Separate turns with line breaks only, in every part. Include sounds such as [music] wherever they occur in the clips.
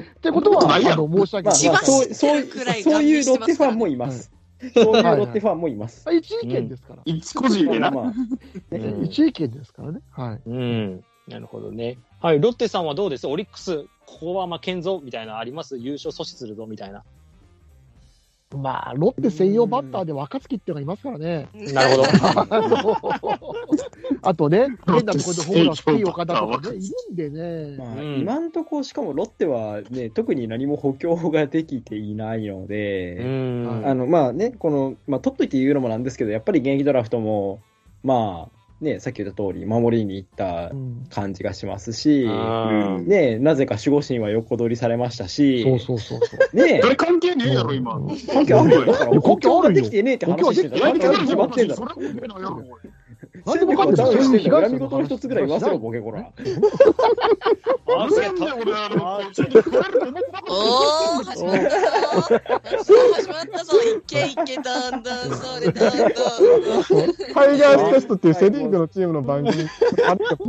ってこと
そん
は、
なことないや
あ
ろ
の、申し上げ
まあまあ、
ます。
千葉
は
市
い
っ
そ
て
うそうい
くらいう
そういうロッ
ガン見
テ
してます
フ
から
ァンもいま
は
す。そういう
いはい
ロッテファンもいます。
一意見ですから。
一個人でな。
まあまあ
うん一意見ですからね。はい。
うん。なるほどね。はい。ロッテさんはどうですオリックス、ここは負けんぞ、みたいなのあります優勝阻止するぞ、みたいな。
まあ、ロッテ専用バッターで若月っていうのがいますからね。
なるほど。
あの [laughs] あとね、変なところでホームラン
ロッテ専
い
用
い
バッ
岡
タ
田
ー
とかね、いるんでね。
まあ
うん
今んとこ、しかもロッテはね、特に何も補強ができていないの
う
で、
ん。
あの、まあね、この、まあ、取っといて言うのもなんですけど、やっぱり現役ドラフトも、まあ、ね、さっき言った通り、守りに行った
うん
感じがしますし、
うん
ね、なぜか守護神は横取りされましたし、
そうそうそうそう。
ね
それ関係ねえやろ、今。
関係あるよ。だから、
いや
補強ができてねえって話してたら、なん
やり
で
たい
決まってんだ
そ
ろ。
れはやろ、
なんでもかんで
ダ
も
ウン
そうい
し
う
てん
被害者
だ恨み事の一つぐらい言わせろ、ボケコラ。
あ
俺。なんで俺、あの、こっちに来れると思ってなかった
おー、始まったぞ。始まったぞ。いけいけ、どんどん、それ、どんどん。
タイガーステストっていうセ・リーグのチーム
[laughs]
の番組あって、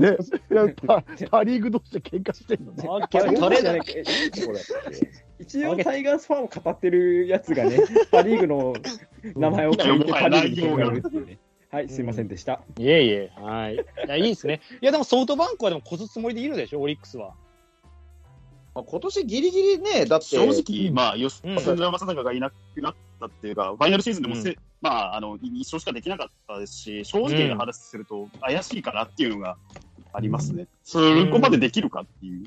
ね、
パパリーグ同士で喧嘩してるのね。
あけど取れない。
一応、タイガースファンを語ってるやつがね、パ・リーグの名前を聞いて、パ・リーグに広がるっていうね。はい、すいませんでした。
いえいえ、はい。いや、いいですね。いや、でもソフトバンクはでもこすつもりでいるでしょ、オリックスは。
まあ今年ギリギリね、だって、
正直、まあ、吉
うん
田正尚がいなくなったっていうか、ファイナルシーズンでもせ、まあ、あの、一勝しかできなかったですし、正直な話すると、怪しいかなっていうのがありますね。そこまでできるかっていう。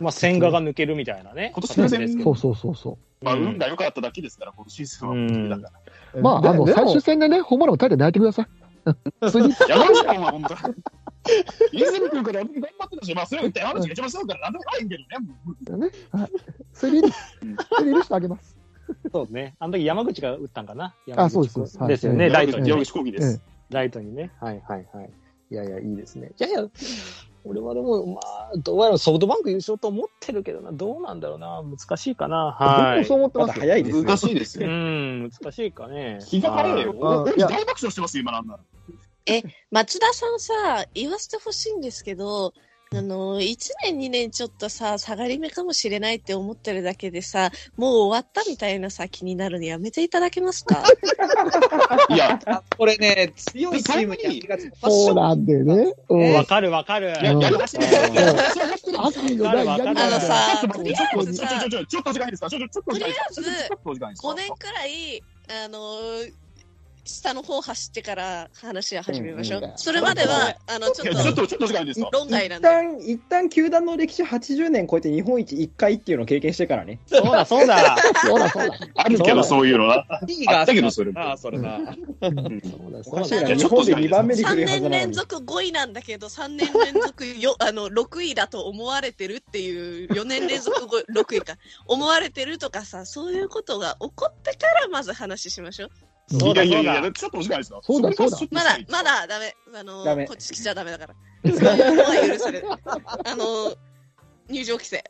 まあ、千賀が抜けるみたいなね。
今年の千
形
賀
ですけ
そ
ど
うそうそうそう。
まあ、
うん
運が良かっただけですから、このシーズンは本当にだから。
まあ、あの、最終戦でね、ホームラン打たれて泣いてください。
山口君は本当に。泉君から頑張ってたし、まあ、それを言って山口が一番強いから、なんでもないんだけどね。
それでいいです。それで許してあげます。
そうね。あの時山口が打ったんかな。
あそうですそうですはい
ですよね、ライトに
山
ね。
口講義です。
ライトにね。はいはいはい。いやいや、いいですね。いやいや、俺はでも、まあ、どうやらソフトバンク優勝と思ってるけどな、どうなんだろうな、難しいかな。は
僕も
い。
そう思って
ま
ま
だ
す。早いですよ
難。しいです
う
よ。
ん、難しいかね。
気が早いよ。
あー
大爆笑してますよ、今なんなら。
松田さんさ、言わせてほしいんですけど、あの、1年2年ちょっとさ、下がり目かもしれないって思ってるだけでさ、もう終わったみたいなさ、気になるのやめていただけますか
いや、
これね、強いチームに足がつく
そうなんだよね。うん
わかるわかる。
いや、やりましね。
悪意のないやり方
あのさ
ちょっと待
と
って
りあえずさ
ちょっとちょっとちょっとちょっとお時間いいですかちょっとちょっとお時間いいです
とりあえず
かちょっとお時間いいですか
5年くらい、あの下の方走ってから話を始めましょう。
うんうん
それまでは、あの、ち
い
ょ
や
っ
ちょっ
と
とちょっとお時間いいですか
論外な
一
んで。
旦、一旦球団の歴史80年超えて日本一1回っていうのを経験してからね。
そうだそうだ。
そうだそうだ。
あるけどそういうのな。
意義があった
あったけどそれ
な、それな。
そうだ
お
そう
か
だ
しい
い
な。
や
日
ちょっと
本で2番目に
3
古いはず
年
なの
連
に。
続5位なんだけど、3年連続よ [laughs] あの6位だと思われてるっていう、4年連続ご6位か、 [laughs] 思われてるとかさ、そういうことが起こってからまず話しましょう。
そう
いや
だ
いやい
そう
や、ちょっとお時間いいですか
そうだそうだ
れ
ま
が
だ
[laughs] ちょっと、
まだダメ。あの
ダメ
こっち来ちゃダメだから。そういうのは許される。 [laughs] あの入場規制。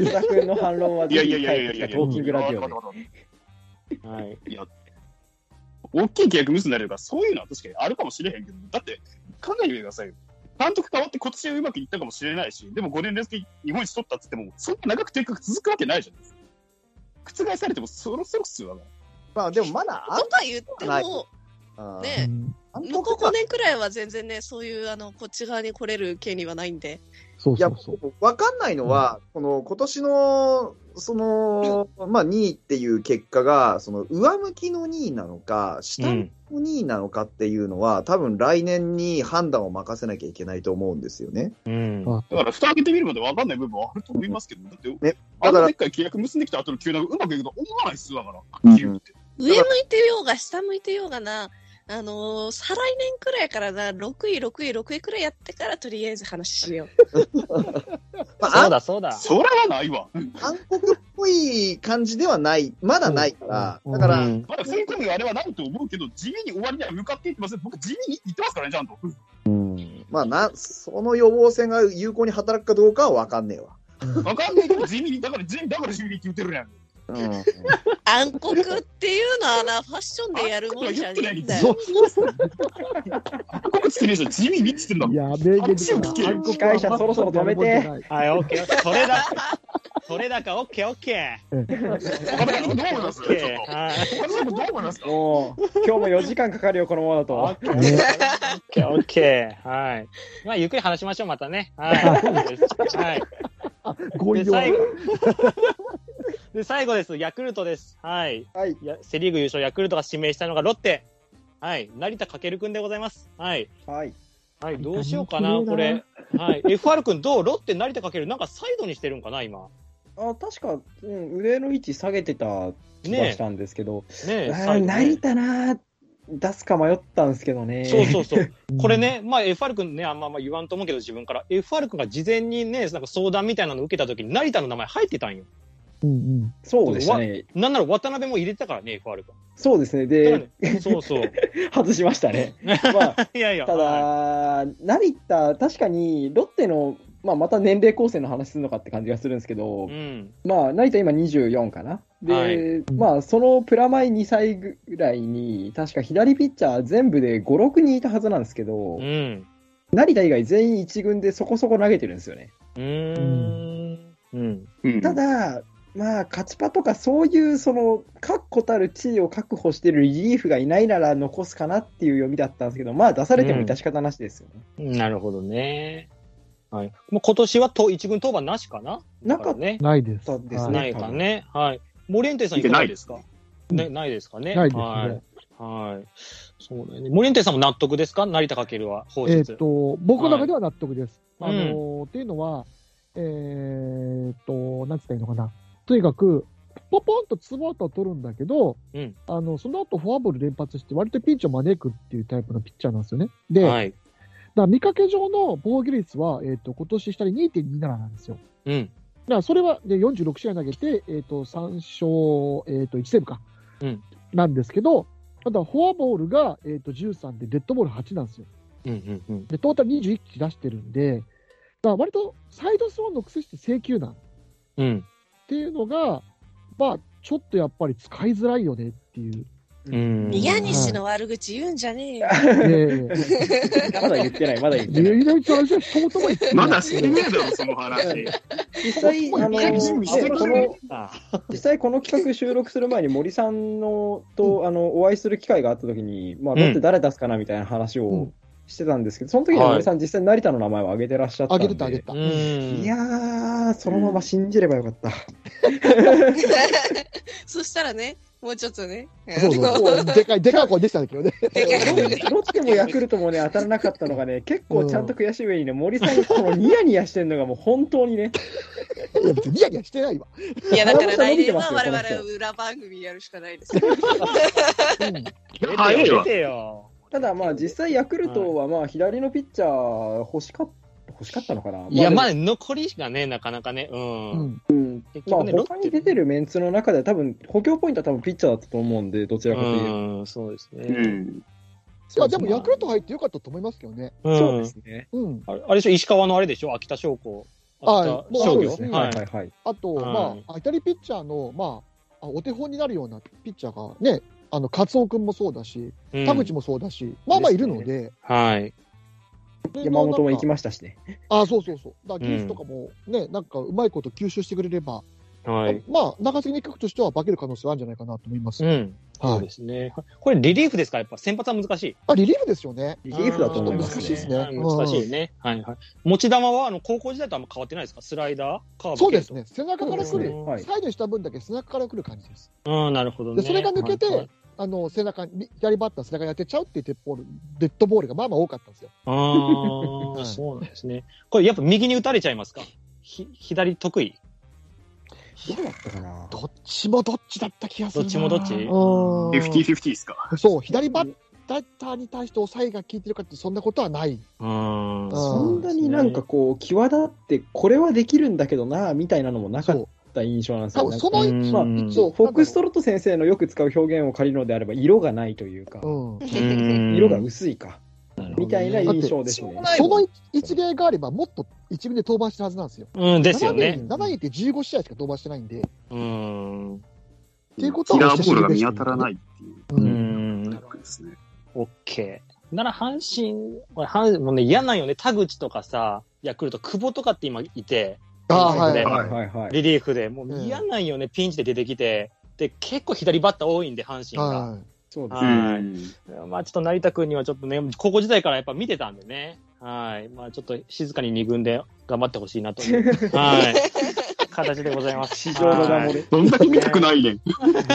伊沢君の反論は、
いやいやいやいやいや、
トーキングラジオで。
はい。
大きい契約ミスになれば、そういうのは確かにあるかもしれへんけど、だって、考えてみてくださいよ。監督変わって今年はうまくいったかもしれないし、でも5年連続日本一取ったっつっても、そんな長く計画続くわけないじゃないですか。覆されてもそろそろするわ
まあでもまだ
とか言って
ない
も、
あ
ね
あ
向こう5年くらいは全然ね、そういう、あの、こっち側に来れる権利はないんで。
そう
いや
そうそう。、
わかんないのは、この今年の、その、まあ2位っていう結果が、その上向きの2位なのか、下向きの2位なのかっていうのは、多分来年に判断を任せなきゃいけないと思うんですよね。
うん。
だから、蓋開けてみるまでわかんない部分はあると思いますけど、だって、
だ
あ
か
んな
ら
でっかい契約結んできた後の球団がうまくいくと思わないっすだから、野球って。
上向いてようが、下向いてようがな、あのー再来年くらいからな、6位、6位、6位くらいやってから、とりあえず話しよう。
まあ
そうだそうだ。
それはないわ。
暗黒っぽい感じではない、まだないから、
うん
だから、
うん
まだ踏み込むあれはないと思うけど、地味に終わりには向かっていってません。僕、地味に行ってますからね、ちゃんと。
まあな、その予防線が有効に働くかどうかは分かんねえわ。
わかんないけど、地味に、だから地味、だから地味にって言ってるやん。
うん、
暗黒っていうのはな、ファッションでやるもんじゃねえんだ
そ
よ。
うそうそう。
ここつけねえし、地味にって言ってんだもん
い。や、名言的な
あっちを聞け
司会者そろそろ止めて。
はい、オッケー。それだ。そ
取れ高、オッケー、オッケ
岡村君どう思います
ー。オ
ち
ッ
ょ
ケ
っ
ー。はい
と岡村君どう思いますか
もう、今日も4時間かかるよ、このままだ
オッ
と。
ケー。オ
ね
ッケー。
オッケー。はい。まあ、ゆっくり話しましょう、またね。はい。はい。
合
で、
意は
最後。 [laughs] で、最後です。ヤクルトです。はい。
はい。
やセリーグ優勝、ヤクルトが指名したのがロッテ。はい。成田翔くんでございます。はい。
はい。
はい。どうしようかな、これ。はい。FR くん、どうロッテ成田翔なんかサイドにしてるんかな、今。
あ、確か、うん、腕の位置下げてた気が
ね
したんですけど、
え。ね
あ
え。
ー
サイドね
成田な、出すか迷ったんですけどね。
そうそうそう。これね、まあ FR 君ね、あんままあ言わんと思うけど自分から、FR 君が事前にね、なんか相談みたいなの受けた時に成田の名前入ってたんよ。
うんうん。
そうでしたね。
なんなら渡辺も入れてたからね、FR
そうですね。
君。だ
で
か、らね、そう
[laughs]
そう。
外しました
[laughs]
ね。まあ、
いやいや。
た
はい、
だ、成田、確かに、ロッテの、まあ、また年齢構成の話するのかって感じがするんですけど
う、ん。
まあ、成田今24かな。で、
はい
まあ、そのプラマイ2歳ぐらいに、確か左ピッチャー全部で5、6人いたはずなんですけど、
うん。
成田以外全員1軍でそこそこ投げてるんですよね。
うーん。うん。
うん
ただ、まあ、勝ちパとかそういう、その、確固たる地位を確保してるリリーフがいないなら残すかなっていう読みだったんですけど、まあ、出されても致し方なしですよね。
なるほどね。はい。もう今年はと一軍登板なしかな
なかっ
ね。
ないです。
だったですね
ないかね。はい。モリエンテさんいかがですかね、ないですかね。
ないですね
はい。はい。そうだよね。モリエンテさんも納得ですか成田翔は、放
え
出。
ーっと、僕の中では納得です。
はい
あのーっていうのは、えーっと、なんつったらいいのかな。とにかく、ポポンとツーアウトは取るんだけど、
うん
あの、その後フォアボール連発して、割とピンチを招くっていうタイプのピッチャーなんですよね。で、
はい。
だから見かけ上の防御率は、えーっと、今年下に2.27なんですよ。
う
だ
ん。
からそれは、で、46試合投げて、えーっと、3勝、えーっと、1セーブか。
うん
なんですけど、ただフォアボールが、えーっと、13で、デッドボール8なんですよ。
うんうんうん。
で、トータル21機出してるんで、まあ、割とサイドスローの癖して制球なんっ
うん。
ていうのが、まあ、ちょっとやっぱり使いづらいよねっていう。
うん。
宮西の悪口言うんじゃねえよ。
[laughs] で、
まだ言ってない、まだ言って
ゆ
ない。
うのうちの話は一言も言って
ま
な
だ
い。
してねえだろ、その話。
実際、あの、
宮城
ね
してる
この、
あ
実際この企画収録する前に森さんのと、あの、お会いする機会があった時に、まあ、
うん
ロッテ誰出すかなみたいな話
う
を
ん
してたんですけど、その時に
はい
森さん実際成田の名前を挙げてらっしゃった
あ
んで。
げてたあげてた。
う
うん
ん。
いやー、そのまま信じればよかった。
そしたらね、もうちょっとね。
そうそう。でかい、でかい声でしたんだけど [laughs] ね。
でかい
ロッテもヤクルトもね、当たらなかったのがね、結構ちゃんと悔しい上にね、森さんがこのニヤニヤしてるのがもう本当にね、
いや、別にニヤニヤしてないわ。
いや、だから来年は
山本さ
我
ん伸びてま
々
すよ
裏番組やるしかないです。
早いわ
出てよ。
ただまあ実際ヤクルトはまあ左のピッチャー欲しかった、欲しかったのかな。
いや、ま
あ
あ、残りがね、なかなかね。う。
うんん。
結
で
局
も、ま
ね、
あ、他に出てるメンツの中では多分補強ポイントは多分ピッチャーだったと思うんで、どちらかというと。
うん、そうです
う
ね。
ん。
いや、でもヤクルト入ってよかったと思いますけどね。
うん
そうですね。
うん。
あれあれでしょ、石川のあれでしょ、秋田商工。
はい
秋
も
田
う
商
そう
業。
ですね
は
はいいはいはい。
あと、
はい
まあ、イタリピッチャーの、まあ、あお手本になるようなピッチャーがね、あの、カツオ君もそうだし、
うん
田口もそうだし、まあまあいるので、
はい。
山本も行き
ま
ましたしね。
あそうそうそう、だから技術とかもね、なんかうまいこと吸収してくれれば、
はい。
まあ、中継ぎ局としては化ける可能性はあるんじゃないかなと思います。
うん。
は
そう
い
で、すね。これ、リリーフですから、やっぱ先発は難しい。
あリリーフですよね、
リリーフだと思います、
難しいですね
はい難しいね。はいはい。持ち球は、あの、高校時代とあんま変わってないですかスライダーカーブ
そうです
系
ね、背中から
そ
来
うです
る、
ねはい
サイドにした分だけ背中から来る感じです。
統。うん、なるほどね。
でそれが抜けて
はいはい
あの背中に左バッター、背中に当てちゃうっていうデッドボールデッドボールがまあまあ多かったんですよ。
ああ、そうなんですね。これ、やっぱ右に打たれちゃいますかひ左得意
どうだったかな
どっちもどっちだった気がす
ど
る
っ
な。
ちもどっち
う
うん
ん
50-50ですか。
そう、左バッターに対して抑えが効いてるかって、そんなことはない。
うん。
そんなになんかこう、際立って、これはできるんだけどな、みたいなのもなか
そ
っ
う
た印象なんです
多
よ
分
ね。
その一
うん
まあ
そう、フォックスト
ロ
ロット先生のよく使う表現を借りるのであれば、色がないというか、
うん。
うん
[laughs] 色が薄いか、
なるほどね
みたいな印象ですね。
その一芸があれば、もっと一軍で登板したはずなんですよ。
うん、ですよね。
7人って15試合しか登板してないんで。っ
うん。う
ていうこと
キ
は
ラーボールが見当たらないっていう
うん
ん。
ことですね。
オッケー。なら阪神、俺阪神もうね、嫌なんよね。田口とかさ、ヤクルト、久保とかって今いて、あーはい
はいはいはい。
リリーフで、も
う
うん嫌なんよね、ピンチで出てきて、で、結構左バッター多いんで、阪神が。
は
そうです
う
ね。
ん
うん
まあ、ちょっと成田君にはちょっとね、高校時代からやっぱ見てたんでね、はい。まあ、ちょっと静かに二軍で頑張ってほしいなという、はい。形でございます。
市場の
はい
守れ。
どんだけ見たくないねん。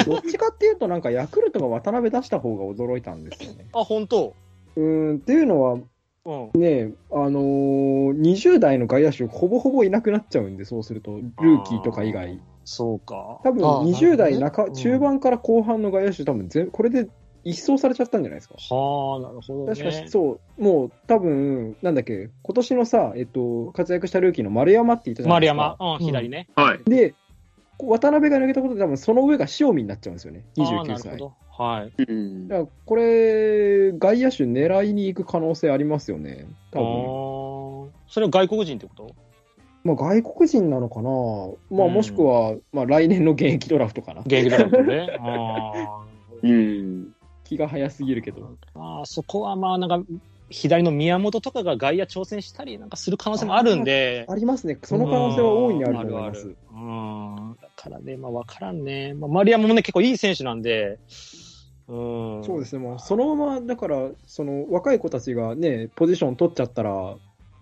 どっちかっていうと、なんかヤクルトが渡辺出した方が驚いたんですよね。
あ、本当
うーん、っていうのは、
うん。
ね、あのー、20代の外野手ほぼほぼいなくなっちゃうんで、そうすると、ルーキーとか以
あ
外。。
そうか。
多分
あー
20代
なるほどね
中、
うん
中盤から後半の外野手、多分全、これで一掃されちゃったんじゃないですか。
はあ、なるほど、ね。
確かし、そう、もう多分、なんだっけ、今年のさ、えっと、活躍したルーキーの丸山って言ったじゃない
丸
ですか。
山、うん、左ね。
はい。
で、こう渡辺が抜けたことで、多分その上が塩見になっちゃうんですよね、
ああな
29
る
歳。
ほ
だか
ど。はい。
うん
らこれ、外野手狙いに行く可能性ありますよね、
あ
多
ーそれは外国人ってこと
分まあ外国人なのかな、まあ、
うん
もしくは、まあ、来年の現役ドラフトかな、
現役だった [laughs] ね。あ
うん。
気が早すぎるけど、
あ。まあ、そこはまあ、なんか、左の宮本とかが外野挑戦したりなんかする可能性もあるんで。
ありますね、その可能性は大いにあると思います。
うんあるあるうん。だからね、まあ、わからんね。まあ、丸山もね、結構いい選手なんで。うん。
そうですね、もうそのまま、だから、その若い子たちがね、ポジション取っちゃったら、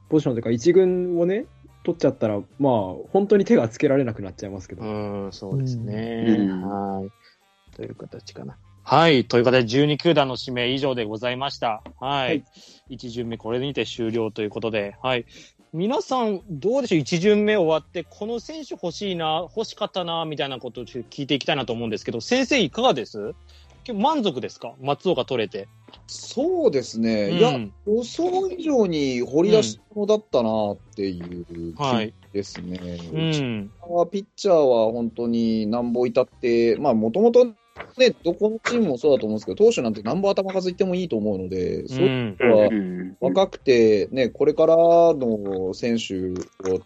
ポジションというか、一軍をね、取っちゃったら、まあ、本当に手がつけられなくなっちゃいますけど、
うん、そうですね。
うん
はい。という形かな。はい。という形で、12球団の指名以上でございました。はい。
はい
1巡目、これにて終了ということで、はい。皆さん、どうでしょう ?1 巡目終わって、この選手欲しいな、欲しかったな、みたいなことをちょっと聞いていきたいなと思うんですけど、先生、いかがです満足ですか松岡取れて。
そうですね。いうや、
ん
予想以上に掘り出し物だったなっていう
はい
気ですね。
う。。
うんはピッチャーは本当になんぼいたって、まあもともとね、どこのチームもそうだと思うんですけど、投手なんてなんぼ頭数いってもいいと思うので、そうういうんのは
うん
若くて、ね、これからの選手を、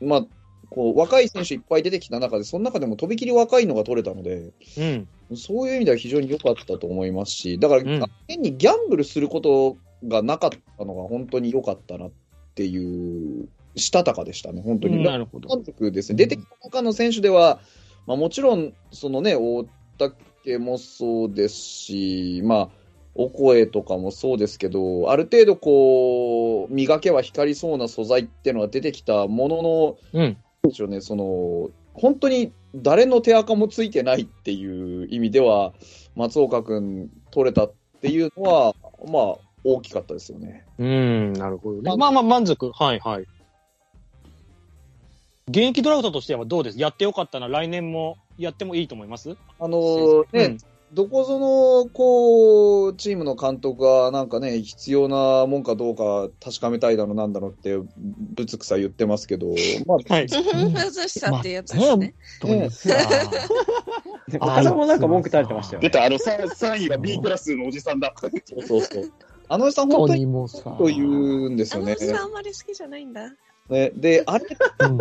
まあ、こう若い選手いっぱい出てきた中で、その中でもとびきり若いのが取れたので、
うん。
そういう意味では非常に良かったと思いますし、だから、
うん
変にギャンブルすることがなかったのが本当に良かったなっていう、したたかでしたね、本当に。
なるほど。
満足ですね、出てきた他の選手では、まあ、もちろん、そのね、大竹もそうですし、まあ、お声とかもそうですけど、ある程度、こう、磨けは光りそうな素材っていうのは出てきたものの、
うん。
なんでしょうね、その、本当に誰の手垢もついてないっていう意味では、松岡君取れたっていうのは、まあ、大きかったですよね。
うん、なるほどね。まあまあ満足。はいはい。現役ドラフトとしてはどうですやってよかったな。来年もやってもいいと思います
あのね、
うん
どこぞの、こう、チームの監督が、なんかね、必要なもんかどうか確かめたいだの、なんだろうって、ぶつくさ言ってますけど、まあ、
はい。
うん貧しさってやつですね。
い。どうです
[laughs]
か。
で
あー
岡田もなんか文句垂れてましたよ
出
ね。
た、あの、3, 位が B クラスのおじさんだ。
そうそうそう。あの人さん、
ト
本当
ニ
に、
ーもさ。
と言うんです
あ
よ
の
ね
お。じさんあんまり好きじゃないんだ。
ねで、あれ、
うん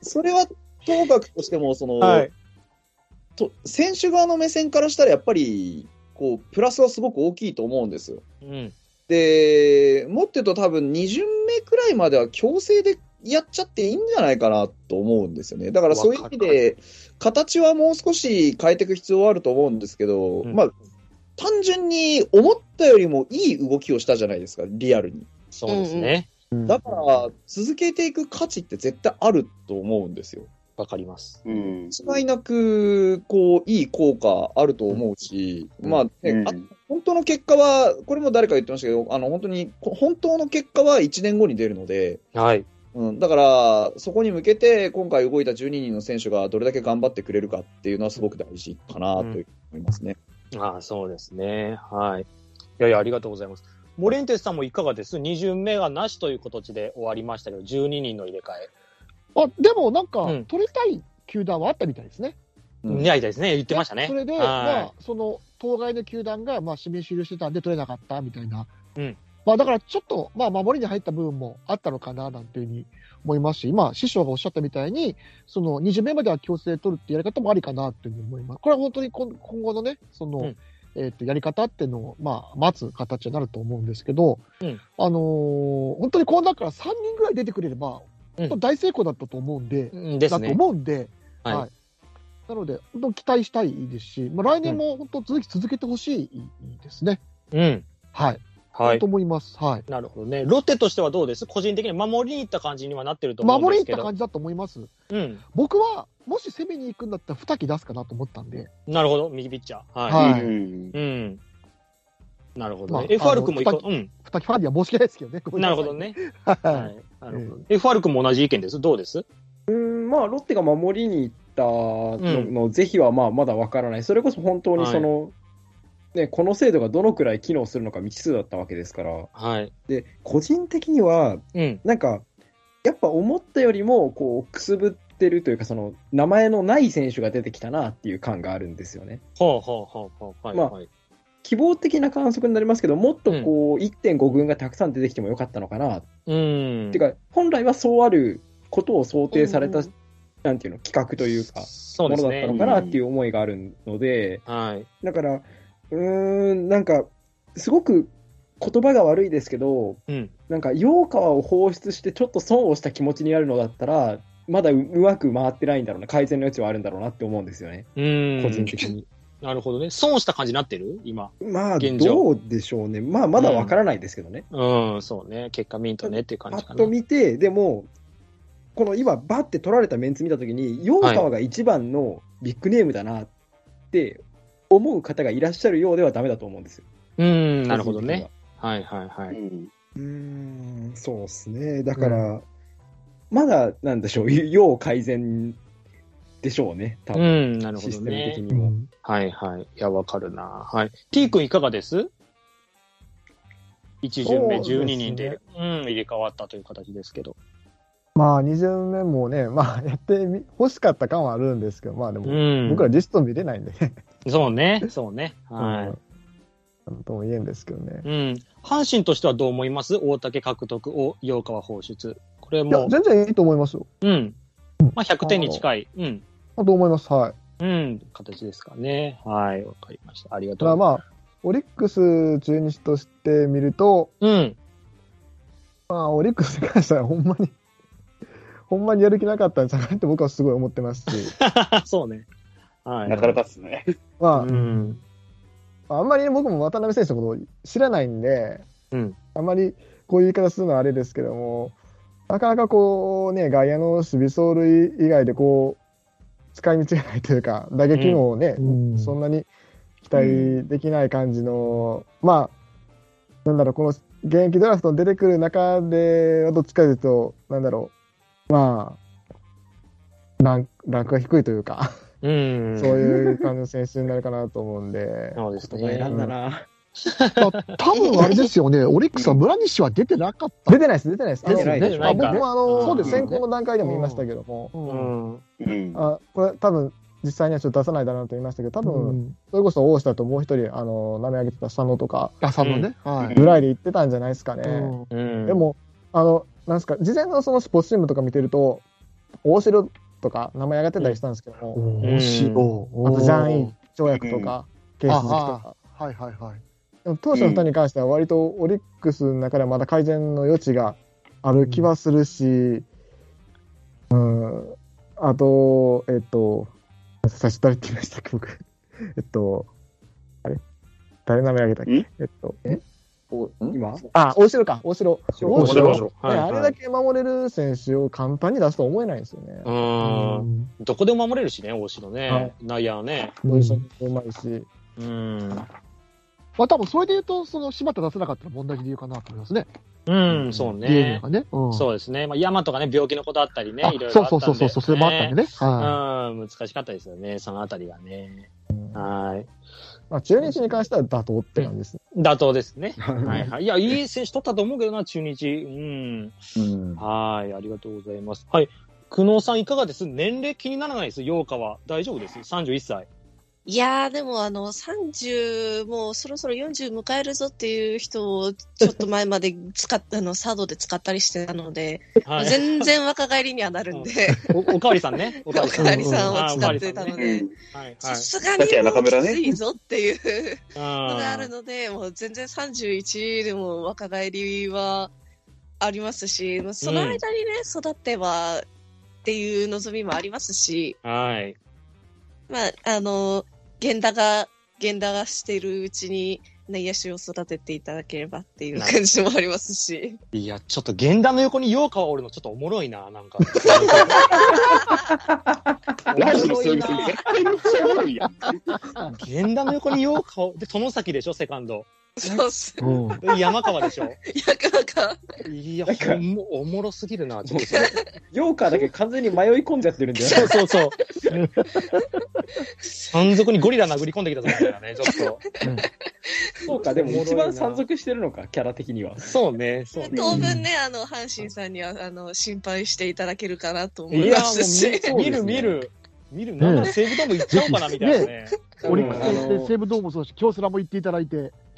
それは、当学としても、その、
はい。
と、選手側の目線からしたら、やっぱり、こう、プラスはすごく大きいと思うんですよ。
うん。
で、もっと言うと多分2巡目くらいまでは強制でやっちゃっていいんじゃないかなと思うんですよね。だからそういう意味で、形はもう少し変えていく必要はあると思うんですけど、
うん
まあ、単純に思ったよりもいい動きをしたじゃないですか、リアルに。
そうですね。
だから、続けていく価値って絶対あると思うんですよ。
わかります。
うん。
違いなく、こう、いい効果あると思うし、まあ、ねあ本当の結果は、これも誰か言ってましたけど、あの本当に、こ本当の結果は1年後に出るので、
はい。
うん、だから、そこに向けて、今回動いた12人の選手がどれだけ頑張ってくれるかっていうのはすごく大事かなという思いますね。
ああ、そうですね。はい。いやいや、ありがとうございます。モレンテスさんもいかがです ?2 巡目がなしという形で終わりましたけど、12人の入れ替
あでもなんか
うん、
取りたい球団はあったみたいですね。
え。
うん
いやいやですね。言ってましたね。
それで、
はい
まあ、その当該の球団が、まあ、指名終了してたんで取れなかったみたいな、
うん
まあ、だからちょっと、まあ、守りに入った部分もあったのかななんていうふうに思いますし、今、師匠がおっしゃったみたいに、その20名までは強制取るってやり方もありかなっていうふうに思います。これは本当に今今後のね、その、
うん
えっとやり方っていうのを、まあ、待つ形になると思うんですけど、
うん
あのー本当にこの中から3人ぐらい出てくれれば、
うん
大成功だったと思うんで、
うんです
だと
ね。
思うんで、
はい
なので、本当期待したいですし、まあ、来年も本当、続き続けてほしいですね。
うん。
はい。
はい
と。思います。はい。
なるほどね。ロッテとしてはどうです個人的に守りに行った感じにはなってると思うん
守
で
りに
す
行
け
った
ど。
感じだと思います。
うん。
僕は、もし攻めに行くんだったら、二木出すかなと思ったんで、
なるほど。右ピッチャー。はい。
はい
うん
うん。なるほ
ま
ど
あ
ね。FR 君も行
あ
こ
の
う。うん。
二木ファンには申し訳ないですけどね。ごめん
な
さ
る
い
ほど。ね。は。
はい
なるほど。FR 君も同じ意見です。どうです
うん、まあ、ロッテが守りに行ったのの是非はまあまだわからない、それこそ本当にその、ね、この制度がどのくらい機能するのか未知数だったわけですから、
はい。
で個人的には、
うん。
なんか、やっぱ思ったよりもこうくすぶってるというか、その名前のない選手が出てきたなっていう感があるんですよね。
ほうほうほうほう。はい。
まあ
はい。
希望的な観測になりますけど、もっとこう1.5軍がたくさん出てきてもよかったのかな、
うん。
ていうか、本来はそうあることを想定された、
うん
なんていうの、企画というか、
そう
も
で
の
す
だった
ね。
のかなっていう思いがあるので、
はい。
だから、うーん、なんか、すごく言葉が悪いですけど、
うん。
なんか、洋川を放出してちょっと損をした気持ちになるのだったら、まだううまく回ってないんだろうな、改善の余地はあるんだろうなって思うんですよね、
うん。
個人的に。
なるほどね。損した感じになってる今。
まあ、
現状
どうでしょうね。まあ、まだわからないですけどね。
うん、そうね。結果ミントねっていう感
パ
じか
ッ
な
と。見て、でも、この今、バッて取られたメンツ見たときに、洋川が一番のビッグネームだなって思う方がいらっしゃるようではダメだと思うんですよ。
うん、なるほどね。はいはいは
う
い。
ん
個人的には。うーん、そうですね。だから、まだ、なんでしょう、 [laughs] 要改善でしょうね、多
う
分。
ん、なるほ
シ
ど
ステム
ね。
的にも。
はいはい。いや、わかるな。はい。T 君いかがです ?1 巡目
そうです
12
ね
人で、うん、入れ替わったという形ですけど。
まあ、2巡目もね、まあ、やってみ欲しかった感はあるんですけど、まあで
う
も、
ん。
僕らリスト見れないんでね。
そうね、そうね。は
うんなんとも言えんですけどね
い。。うん。阪神としてはどう思います大竹獲得を洋川放出。これ
いや
も、、
全然いいと思いますよ。
うん。まあ、100点に近い。うん。
と思います。はい。
うん、形ですかね。はい、わかりました。ありが
た
とう
だ
ございます。
まあ、オリックス中日として見ると、 [laughs]
うん、 [laughs]
まあ、オリックスに関してはほんまに、ほんまにやる気なかったんじゃないって僕はすごい思ってますし、
そうね。はい。
なかなかっすね。
ま
うん。
あ、あんまり僕も渡辺選手のこと知らないんで、
うん
あんまりこういう言い方するのはあれですけども、なかなかこうね、外野の守備走塁以外でこう、使い道がないというか、打撃もね、
うん
そんなに期待できない感じの、まあ、なんだろう、この現役ドラフトに出てくる中で、どっちかというと、なんだろう、まあ、ランランクが低いというか、
うん。
そういう感じの選手になるかなと思うん
[laughs]
で、
そうです
お前
ね
な。んだな。
多分あれですよね、オリックスは村西は出てなかった。
出てないです、出てないです。あの
出てないでしょ
あ僕もあの、
そうですよ
選
ね
考の段階でも言いましたけども、
う
うんん。
うん。
あこれ多分、実際にはちょっと出さないだろうなと言いましたけど、多分、
うん
それこそ大下ともう一人、あの、名前挙げてた佐野とか
あ、さんのね。はい。
ぐらいで言ってたんじゃないですかね。
うん
うん。
で、も、あの、なんですか、事前のそのスポーツチームとか見てると、大城とか名前上がってたりしたんですけども、
面白い。
あとジャンイ条約とか、ケースとか。
あはいはいはい。
でも当初の2人に関しては、割とオリックスの中ではまだ改善の余地がある気はするし、うん、あと、えっと、差し誰って言いましたっけ、僕。 [laughs] えっと、あれ誰名前上げたっ
ん
けえっと、え
おん
今
あ、大城か、大城。
大
面白い。
ね
はい。
あれだけ守れる選手を簡単に出すとは思えないんですよね。
はい。うん。
ん。
どこでも守れるしね、大城
は
ね
い。
内野はね。
ポジションもうまいし。
うん。
まあ多分それで言うと、その柴田出せなかったのも同じ理由かなと思いますね。
うん、そう
DNA
ね。
がね。うん
そうですね。まあ、ヤマトがね、病気のことあったりね
あ、
いろいろ
そ
あ
う
った
そ
ん
う
で。
そうそう、それもあったんでね。は
うん、難しかったですよね、そのあたりがね。はい。
まあ、中日に関しては妥当って感じですね。
妥当です
[laughs]
ね。はいはい。いや、いい選手取ったと思うけどな、中日。うん。
うん
はい、ありがとうございます。はい。久能さんいかがです年齢気にならないです、洋川は。大丈夫です。31歳。
いやー、でもあの、30、もうそろそろ40迎えるぞっていう人を、ちょっと前まで使っ、 [laughs] あの、サードで使ったりしてたので、
はい。
全然若返りにはなるん [laughs] で、
おおかわりさんね。お
お
か
か
わ
わ
り
り
さ
さ
ん。
ん
あ
を
おか
使
わ
っ
りさ
て
ん
た
ね
ので、
はい
さ
はい
すがに
確かに
も
中
う
村
き
ね
ついぞっていうのがあ
あ
るので、もう全然31でも若返りは、ありますし、まあその間にね、育ってはっていう望みもありますし、
はい。
まあ、あの、源田が、源田がしているうちに内野手を育てていただければっていう感じもありますし。
いや、ちょっと源田の横に陽花はおるのちょっとおもろいな、なんか。
ラジオのそういう人絶対めっちゃおもろいやん。
源田の横に陽花を、で、殿崎でしょ、セカンド。
そうっ
[laughs]
す。
うん。
で山川でしょ。
いや、なんか、
いや、
なんか
ほんまおもろすぎるな、ちょっとそれ。
ヨーカーだけ完全に迷い込んじゃってるんだ
そ
よ
うそうそう。山賊にゴリラ殴り込んできたぞみたいなね、ちょっと。
そうか、でも一番山賊してるのか、キャラ的には。
そうね、そうね。
当分ね、あの、阪神さんには、あの、心配していただけるかなと思
い
い
や
ま
も
すし。
う見見る見る見るなんなら西武ドーム行っちゃおうかなみたいなね。
オリックス
あの
戦で西武ドームもそうだし、京セラも行っていただいて、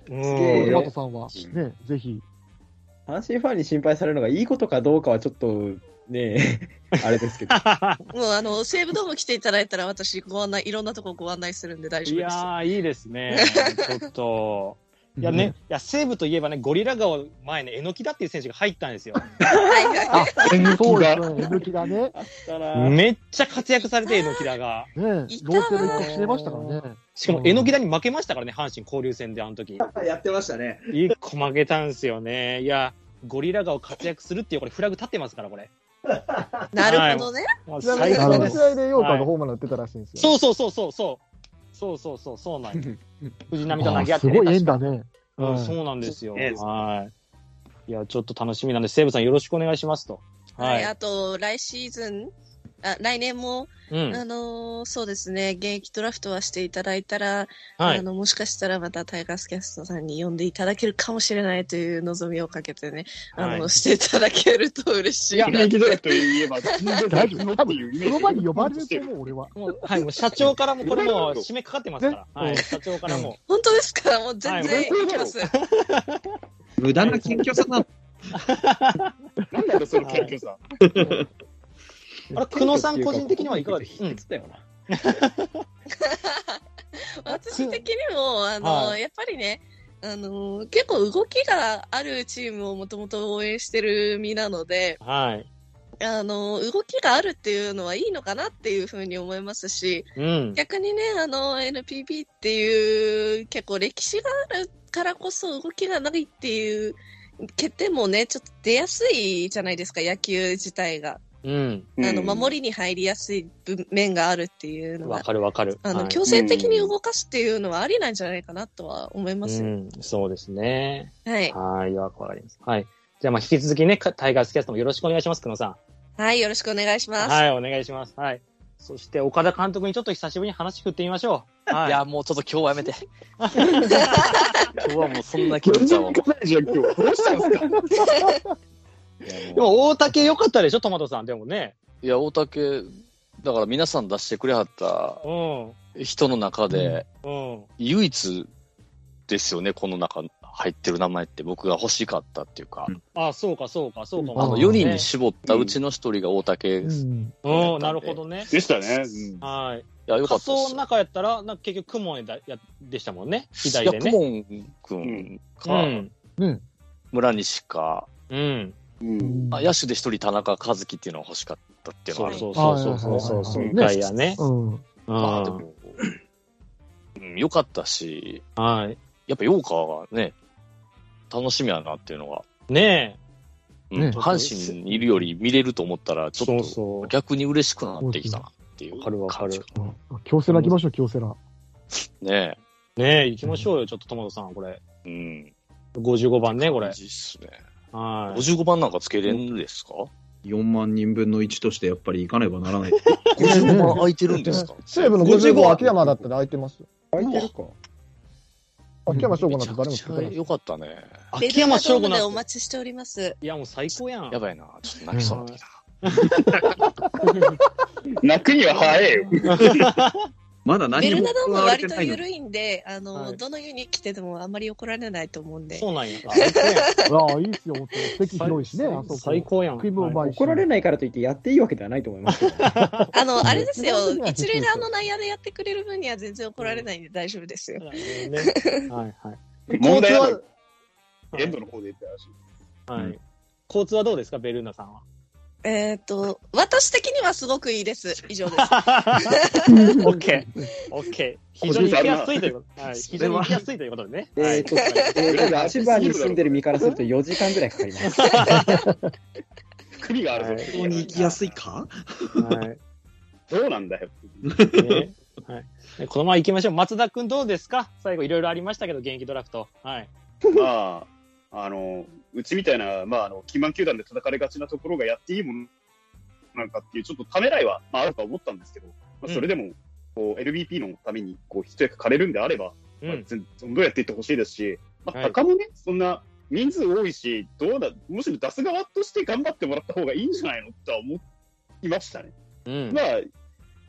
うん
す
ト
げえ
マトさんは、ね、ぜひ。
阪神ファンに心配されるのがいいことかどうかはちょっと、ね
[laughs]
え、あれですけど。
もう、あの、西武ドーム来ていただいたら、私、ご案内、いろんなとこご案内するんで大丈
い
夫で
や
す。
ーいいで
[laughs]
すね。ちょっと。いやね、いや西武といえばね、ゴリラ顔前ね、えのきだっていう選手が入ったんですよ。
はいはいはい。
そうですね、抜きだね。
あったなぁ
めっちゃ活躍されて、えのきだが。
ね、ローテの一角知れましたからね。
しかも、えのきだに負けましたからね、阪神交流戦で、あの時。
やってましたね。
一個負けたんですよね。いや、ゴリラ顔活躍するっていう、これフラグ立ってますから、これ。
[laughs] なるほどね。
もう
ちなみに、
最
そ
高
の
です
試。合でヨーカーがホームラン打ってたらしいんですよ。
そうそうそうそうそう。そうそうそう、そうなん
[laughs]
よ藤浪と投げ合っ
す
てね
ごい縁
確か
だね。
うん
はい
そうなんですよ。
ね
はい。いや、ちょっと楽しみなんで、西武さんよろしくお願いしますと。
は、
はいい。
あと、来シーズン、あ来年も、
うん
あ。のーそうですね、現役ドラフトはしていただいたら、
は
あ
い。
の、もしかしたらまたタイガースキャストさんに呼んでいただけるかもしれないという望みをかけてね、あの、
はい
していただけると嬉しいな。
現役ドラフトといえば、大
大丈夫。多分、その前に呼ばれると思う、俺は。
もう、はい、もう社長からも、これもう、締めかかってますから。はい、社長からも。
本当ですかもう全
は
然
い
いきます。
無駄な謙虚さな。
なんだよ、その謙虚さ。
あれ、久野さん個人的にはいかがですか
秘訣だよな。
私的にも、あの、
は
やっぱりね、あの、結構動きがあるチームをもともと応援してる身なので、
はい。
あの、動きがあるっていうのはいいのかなっていうふうに思いますし、
うん。
逆にね、あの、NPB っていう、結構歴史があるからこそ動きがないっていう欠点もね、ちょっと出やすいじゃないですか、野球自体が。
うん。
あの、守
り。
りに入りやすい部面があるっていうの
わ
は、
かるわかる。
あ
は
の、
い
強制的に動かすっていうのはありなんじゃないかなとは思います
う
よ。
ん、そうですね。
はい。
はい、わかります。はい。じゃあ、まあ、引き続きね、かタイガースキャストもよろしくお願いします、久野さん。
はい、よろしくお願いします。
はい、お願いします。はい。そして、岡田監督にちょっと久しぶりに話振ってみましょう。はいい。
や、もうちょっと今日はやめて。今日はもうそんな気持
全
ちはも
然
う
行。かないじゃん、今日。どうしたん
い
ですか
やも
で
う
も、大竹良かったでしょ、トマトさん。でもね。
いや、大竹、だから皆さん出してくれはった
うん。
人の中で、
うん。
唯一ですよね、この中入ってる名前って僕が欲しかったっていうか、
あ、そうか、そうか、そうかも。
あ
う
の
ん
4人に絞ったうちの1人が大竹です。
ん。
うん、なるほどね。
でしたね。うん
はい。
いや、よか
仮
ったで
想
す
の
よ。
中やったら、なんか結局、雲へだやでしたもんね。
いや
左で
ク
ね。
モン君
う
か、
ん。
村西か、
うん。
うん
あ野手で1人田中和樹っていうのが欲しかったっていうの
そ
はあ
う
る。
そうそうそうそうそう。
はい
みたいやね。
うん。
うん。
まあで
は
も、うん、よかったし、
い。
やっぱヨーカーがね、楽しみやなっていうのが、
ね
うん
ね
阪神にいるより見れると思ったら、
え。
ちょっと
そう。
逆に嬉しくなってきたなっていう
わかるわかる。
京セラ行きましょう、京セラ。
ね
ねえ、行きましょうよ、ちょっとトマトさん、これ。
え。うん。
55番ね、これ
感。じっすね。
はい。
55番なんかつけれんですか
4万人分の1としてやっぱり行かねばならない。
?55 番空いてるんですか
西武の55、秋山だったら空いてますよ。
空いてるか。
秋山翔吾
め
なん
ち
て
ゃ
誰
く
も
ち
作って
ゃ
ない。
よかったね。
秋山翔吾
ベルナドームで
な
お
んて。
待ちしております。
いや、もう最高やん。
やばいな。ちょっと泣きそうになってきた。
泣くには早えよ。
まだ
ベ
何
ル
も
ナドーム
行
は
われ
割
て
と
ないのに
緩いんで、あの、
はい
どの湯に来ててもあんまり怒られないと思うんで。
そうなんや。最高やん
ああ、いいっすよ、本当に席広いしね、あそこ。
最高やん。
食いもうまいし。
怒られないからといってやっていいわけではないと思いますけど。
あの、あれですよ
うん、
一塁側の内野でやってくれる分には全然怒られないんで大丈夫ですよ。
はいね。はいはい。
問題
は
は、エンドの方で言ったらしい。
はい。交通はどうですか、ベルーナさんは。
えっ、と、私的にはすごくいいです。以上です。
[laughs] オッケー、オッケー。非常に行きやすいということ、はい、非常に行きやすいということでね。
えっと、えーと千葉に住んでる身からすると4時間ぐらいかかります。
国があるぞ。
本当に行きやすいか
はい
どうなんだよ。
ねはいねこのまま行きましょう。松田君どうですか最後いろいろありましたけど、現役ドラフト。はい。
まあ、あの、うちみたいな、まあ、あの、基盤球団で叩かれがちなところがやっていいものなんかっていう、ちょっとためらいは、まあ、あるとは思ったんですけど、まあ、それでも、こう、LBP のために、こう、一役借れるんであれば、
う
まあ
ん、
全全部やっていってほしいですし、ま
は
あ、
い
高もね、そんな、人数多いし、どうだ、むしろ出す側として頑張ってもらった方がいいんじゃないのとは思いましたね。
うん
まあ、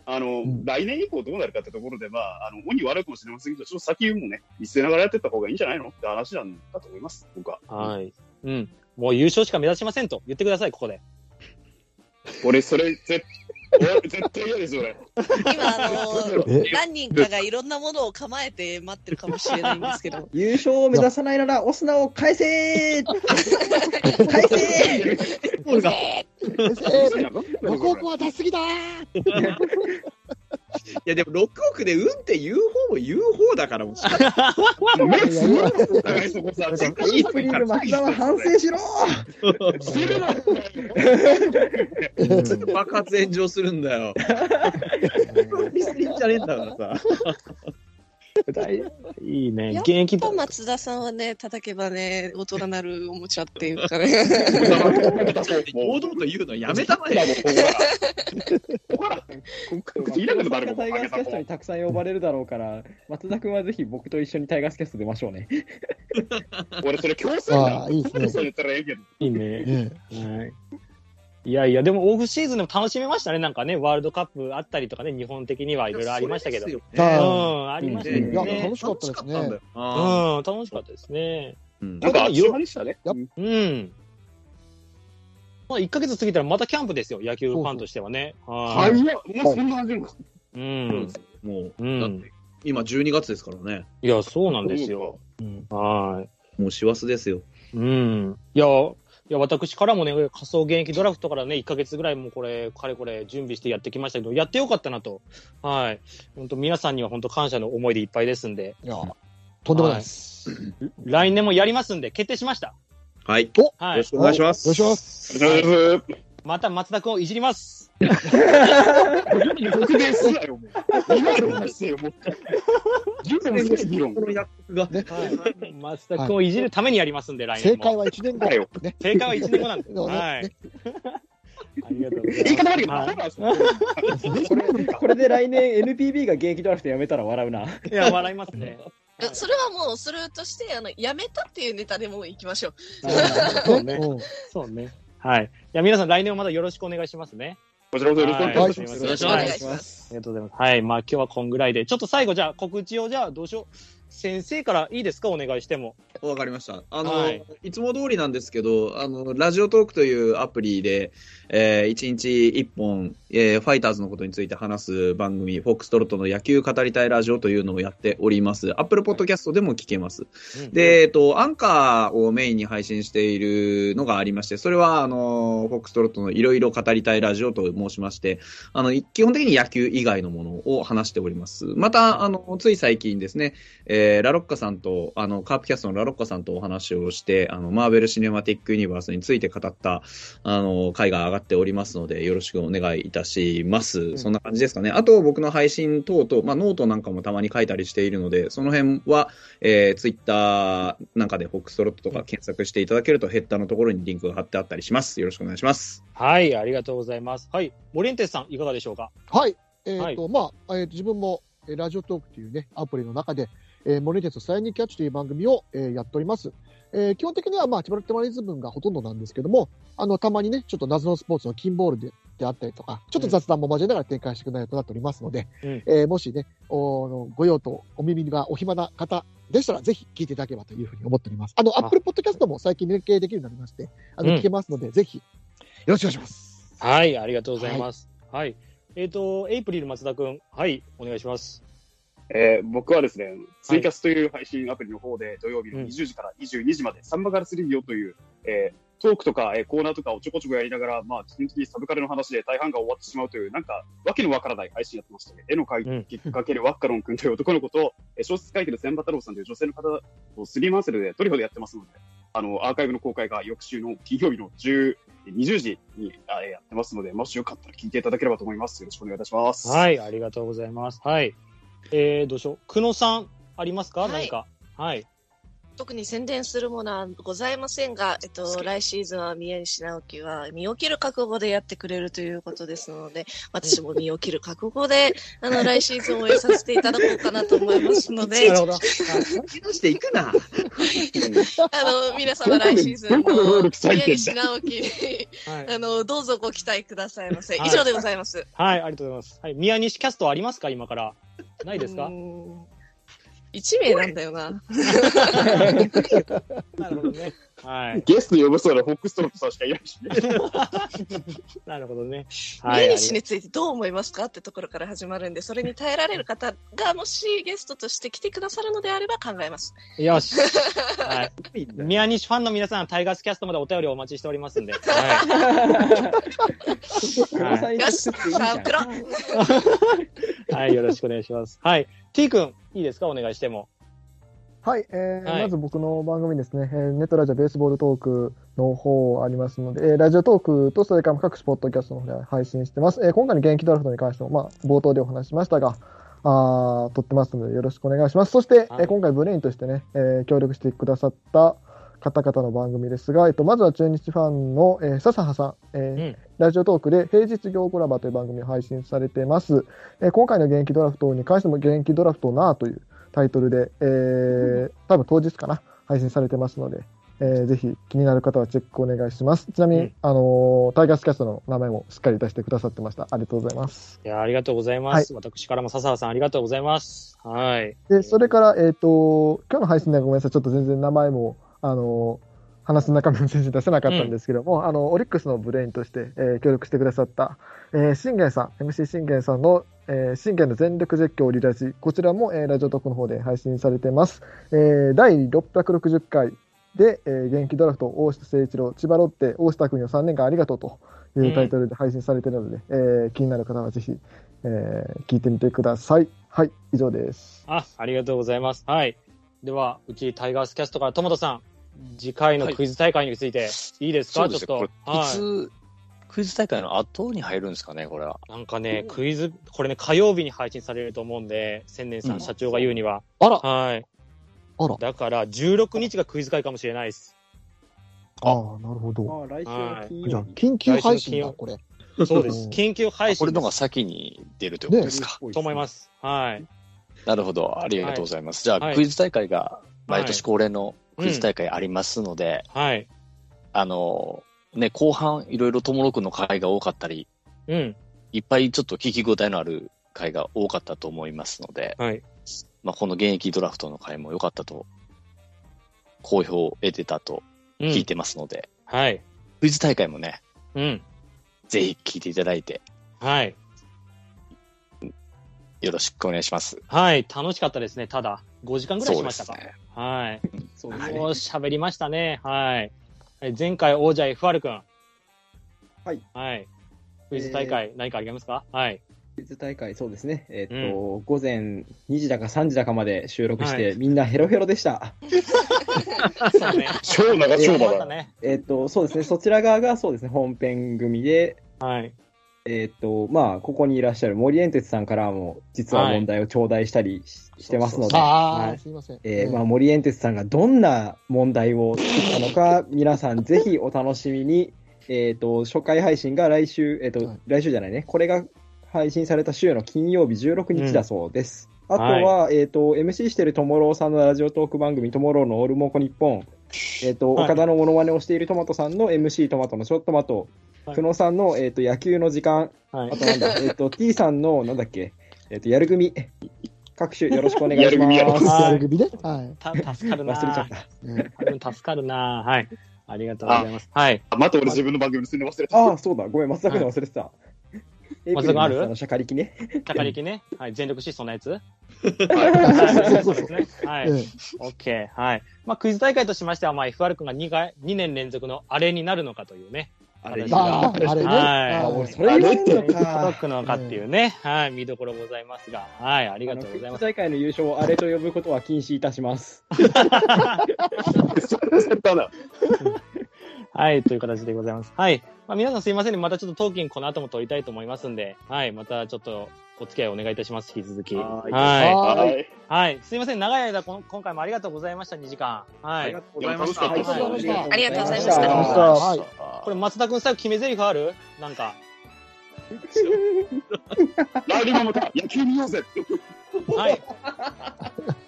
あの、来年以降どうなるかってところで、まあ、あの、鬼悪いかもしれませんけど、ちょっと先もね、見据えながらやってった方がいいんじゃないのって話なんだと思います、僕は。
はい。うん。もう優勝しか目指しませんと言ってください、ここ [laughs] で。
俺、それ、絶俺絶対嫌です、俺。
今、あの
え
何人かがいろんなものを構えて待ってるかもしれないんですけど。
優勝を目指さないなら、オスナを返せー返
[laughs]
せー
えー
なん
6
かこ
億は出しすぎだ
いや、でも6億でうんって言う方も言う方だからもう仕方ない
れ目つぶらないお互いそこさ、
いや
イープリング松田は反省しろ
してるな
[laughs]
すぐ爆発炎上するんだよ。ミスリンじゃねえんだからさ。
いいね
やっ
現役
と松田さんはね、叩けばね、大人なるおもちゃっていうかね。
堂々と言うのやめたまえ
今
よ
もうここから。ここから。口いなくなるもん、
タイガースキャストにたくさん呼ばれるだろうから、松田君はぜひ僕と一緒にタイガースキャスト出ましょうね。
俺、それ強制
あ
だ
あ、。いいですね。
そう言ったらええけど。
いいね。
え
はい。いやいや、でもオフシーズンでも楽しめましたね。なんかね、ワールドカップあったりとかね、日本的にはいろいろありましたけど。
そうれです
だ
よね
ん、ありました
い
よ
や、
ね
楽。しかったですね。
楽しかったんだよな
うん、楽しかったですね。
うん
なんか、あっちゅう間でしたね。
うん。まあ、1ヶ月過ぎたらまたキャンプですよ、野球ファンとしてはね。
は
はい
いや、もうそんな感じなのか。
う
うん
ん。
も
う
う、だっ
ん。
て今12月ですからね。
いや、そうなんですよ。はい。
もう師走ですよ。
うん。いや、いや、私からもね、仮想現役ドラフトからね、1ヶ月ぐらいもうこれ、かれこれ準備してやってきましたけど、やってよかったなと。はい。本当皆さんには本当感謝の思いでいっぱいですんで、
いや、とんでもないです。
来年もやりますんで、決定しました。
はい。よ
は
ろ
い
し。くお願いします。
よろしくお願いし
ありがとうございます。
また松田君をいじります。
特別すなよ、もう。今の話せよ、もう。十年の議論。
この約束が。
はい。松田君をいじるためにやりますんで、来年
正
も。
解は1年後
だよ。
ね。
正解は1年後なんで。
そうね
はい。ありがとうございます。
言い方悪いけど、
はい
だからそう
これこれで来年 NPB が現役ドラフトやめたら笑うな。
いや、笑いますね。
それはもう、それとして、あの、やめたっていうネタでもう行きましょう。
そうね。
うん
そうね。はい。いや、皆さん来年もまだよろしくお願いしますね。
こちらこそよろしくお願いします。
願いし
は
お願
ます
すいません
いします。
ありがとうございます。はい。まあ今日はこんぐらいで。ちょっと最後じゃあ告知をじゃあどうしよう。先生からいいですかお願いしても。
わかりました。あの、
はい
い、つも通りなんですけど、あの、ラジオトークというアプリで、え1日1本、えーファイターズのことについて話す番組、フォックストロットの野球語りたいラジオというのをやっております。アップルポッドキャストでも聞けます。
うん
で、えっと、アンカーをメインに配信しているのがありまして、それは、あの、フォックストロットのいろいろ語りたいラジオと申しまして、あの、い基本的に野球以外のものを話しております。また、あの、つい最近ですね、えーラロッカさんと、あの、カープキャストのラロッカさんとお話をして、あの、マーベル・シネマティック・ユニバースについて語った、あの、回が上がっておりますので、よろしくお願いいたします。そんな感じですかね。あと、僕の配信等々、まあ、ノートなんかもたまに書いたりしているので、その辺は、えー、ツイッターなんかで、フォックストロットとか検索していただけると、ヘッダーのところにリンクが貼ってあったりします。よろしくお願いします。
はい。ありがとうございます。はい。モレンテスさんいかがでしょうか
はい。えっ、と、まあ、えーと自分も、えーラジオトークというね、アプリの中で、えーモレテスサイニーキャッチという番組を、えーやっております。えー基本的には、まあ、千葉ロッテマリーズ分がほとんどなんですけども、あの、たまにね、ちょっと謎のスポーツの金ボールで、であったりとか、ちょっと雑談も交えながら展開していく内容となっておりますので、
うん
えーもしね、おあのご用とお耳がお暇な方でしたら、ぜひ聞いていただければというふうに思っております。あの、
あ
アップルポッドキャストも最近連携できるようになりまして、あの、
うん
聞けますので、ぜひ、よろしくお願いします。
はい。ありがとうございます。はい。えっ、と、エイプリル松田くん。はい。お願いします。
えー僕はですね、ツイキャスという配信アプリの方で、土曜日の20時から22時まで、サンバガルスリディオという、えートークとか、えーコーナーとかをちょこちょこやりながら、まあ、基本的にサブカルの話で大半が終わってしまうという、なんか、わけのわからない配信やってましたね。絵の描きかけるワッカロン君という男の子と、えー小説書いてる千葉太郎さんという女性の方をスリーマンセルでトリオでやってますので、あの、アーカイブの公開が翌週の金曜日の10、20時にあえーやってますので、もしよかったら聞いていただければと思います。よろしくお願いいたします。
はい、ありがとうございます。はい。えー、どうしよう。久野さん、ありますか、
はい
何か。はい。
特に宣伝するものはございませんが、えっと、来シーズンは宮西直樹は身を切る覚悟でやってくれるということですので、私も身を切る覚悟で、あ
[laughs]
の、来シーズンを終えさせていただこうかなと思いますので、あの、
出してい
[laughs]
くな。
皆様来シーズン
どこの
も
労力
宮
割いてんだ
西直樹に、
はい
あの、どうぞご期待くださいませ。
はい
以上でございます。
はい、ありがとうございます。はい、宮西キャストありますか今から。ないですか
1名なんだよな。
なるほどね。はい。
ゲストに呼ぶそうなフォックストロットさんしかいないしね。
なるほどね。
宮西についてどう思いますかってところから始まるんで、それに耐えられる方が、もしゲストとして来てくださるのであれば考えます。
よし。はい。宮西ファンの皆さん、タイガースキャストまでお便りお待ちしておりますんで。はい。はい
よし、さあ、送ろう。
はい、よろしくお願いします。はい。T 君、いいですかお願いしても。
はい、えー
はい
まず僕の番組ですね、えーネットラジオベースボールトークの方ありますので、えーラジオトークとそれから各種ポッドキャストの方で配信してます。えー今回の現役ドラフトに関しても、まあ、冒頭でお話ししましたが、あー撮ってますのでよろしくお願いします。そして、えー今回ブレインとしてね、えー協力してくださった方々の番組ですが、えっと、まずは中日ファンの、えー笹葉さん、えーラジオトークで平日業コラボという番組を配信されてます。えー今回の現役ドラフトに関しても、現役ドラフトなあというタイトルで、えー、多分当日かな、配信されてますので、えーぜひ気になる方はチェックお願いします。ちなみに、あのータイガースキャストの名前もしっかり出してくださってました。ありがとうございます。
いや、ありがとうございます。私からも笹原さん、ありがとうございます。はい。
で、それから、えっ、と、今日の配信ではごめんなさい、ちょっと全然名前も、あの話す中身も全然出せなかったんですけども、あの、オリックスのブレインとして、えー協力してくださった、えー、信玄さん、MC 信玄さんの、えー、信玄の全力絶叫リラジ、こちらも、えーラジオトークの方で配信されてます。えー第660回で、えー現役ドラフト、大下誠一郎、千葉ロッテ、大下君よ3年間ありがとうというタイトルで配信されているので、えー気になる方はぜひ、えー聞いてみてください。はい、以上です。
あ、ありがとうございます。はい。では、うちタイガースキャストから友田さん、次回のクイズ大会について、いいです
そ
か
うです
ち
よ
ょ
こ
っ
れ
と。はい
つ、クイズ大会の後に入るんですかね、これは。
なんかね、クイズ、これね、火曜日に配信されると思うんで、千年さ
うん
ん、社長が言うには。
あら
はい。
あら
だから、16日がクイズ会かもしれないです。
ああ、なるほど。
来
週の金曜
じゃあ、緊急配信だ、これ。
そうです。緊急配信です。
これのが先に出るということですか。
と思います。はい。
なるほど。ありがとうございます。
はい
じゃあ、
はい
クイズ大会が、毎年恒例のクイズ大会ありますので、
はい。
あの、ね、後半、いろいろともろくんの回が多かったり、
うん。
いっぱいちょっと聞き応えのある回が多かったと思いますので、
はい。
まあ、この現役ドラフトの回も良かったと、好評を得てたと
うん
聞いてますので、
はい。
クイズ大会もね、
うん。
ぜひ聞いていただいて、
はい。
よろしくお願いします。
はい。楽しかったですね。ただ、5時間ぐらいしましたか。
そうですね
はい。
そう
もう喋りましたね。はい。え前回王者 FR 君。
はい。
はい。クイズ大会、何かありますか
[laughs]
はい。
クイズ大会、そうですね。えっ、と、午前2時だか3時だかまで収録して、
はい
みんなヘロヘロでした。
そうね。
超長丁場だ。
ね。
えっ、と、そうですね。そちら側が、そうですね。本編組で、
はい。
えっ、と、まあ、ここにいらっしゃる森エンテツさんからも、実は問題を頂戴したりし,、てますので、
あ
は
あ、
い
すいません。
えー
うん
まあ、森エンテツさんがどんな問題を作ったのか、皆さんぜひお楽しみに。えっ、と、初回配信が来週、えっ、と、
はい
来週じゃないね。これが配信された週の金曜日16日だそうです。
ん
あとは、えっ、と、MC してるともろうさんのラジオトーク番組、ともろうのオールモコニッポン。えっ、と、
はい
岡田のモノマネをしているトマトさんの MC トマトのショットトマト。
はい
久野さんの、えっ、と、野球の時間。
は
あ
い。
となんだ、えっ、と、T さんの、なんだっけ、えっ、と、やる組。各種よろしくお願い
や
し
る
ま
組やろ
す。
や
は
る
い
組で。はい。
た助かるな。
忘れちゃった。
うん
多分助かるな。はい。ありがとうございます。はい。
[laughs]
あ待って、俺自分の番組の宣伝忘れてた。
ああ、そうだ。ごめん、松田君忘れてた。エイ
松
プリ
田
ル
君ある
マスターのシャカリキね。
高力ね。はい。全力疾走のやつ。
[laughs]
はい
はい
そうですね。はい
うん。
OK。はい。まあ、クイズ大会としましては、まあ、FR 君が 2, 回2年連続のあれになるのかというね。
[laughs] あれ
話が
ああ、あれね。
はい
あー
俺それ言われるの
届
か。
くのかっていうね。はい。見どころございますが。はい。ありがとうござい
あの
ます。
大会の優勝をあれと呼ぶことは禁止いたします。。
はい、という形でございます。はい。まあ、皆さんすいませんね。またちょっとトーキンこの後も取りたいと思いますんで、はい。またちょっとお付き合いお願いいたします。引き続き。
は
はいい。
は。
はいい。
はい。すいません。長い間こん、今回もありがとうございました。2時間。は
あり
い
が。とうございました。
あ
はい
りがとうございまし
ありがとうございましたた
はい
これ、松田くん最後決め台詞あるなんか。
来年もまた野球見ようぜ。
はい。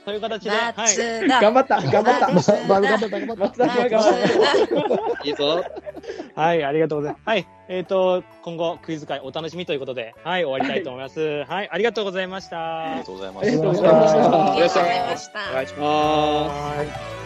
という形で、はい。
松田。
頑張った、頑張った。
まだ頑張った、頑張った。
松田君が頑張った。
いいぞ。
はい。ありがとうございます。はい。えっ、と、今後、クイズ会お楽しみということで、はい。終わりたいと思います。はい。ありがとうございました。
りがとうございま
あり
す
がとうございました
ありがとうございました。
お願いします。
はい。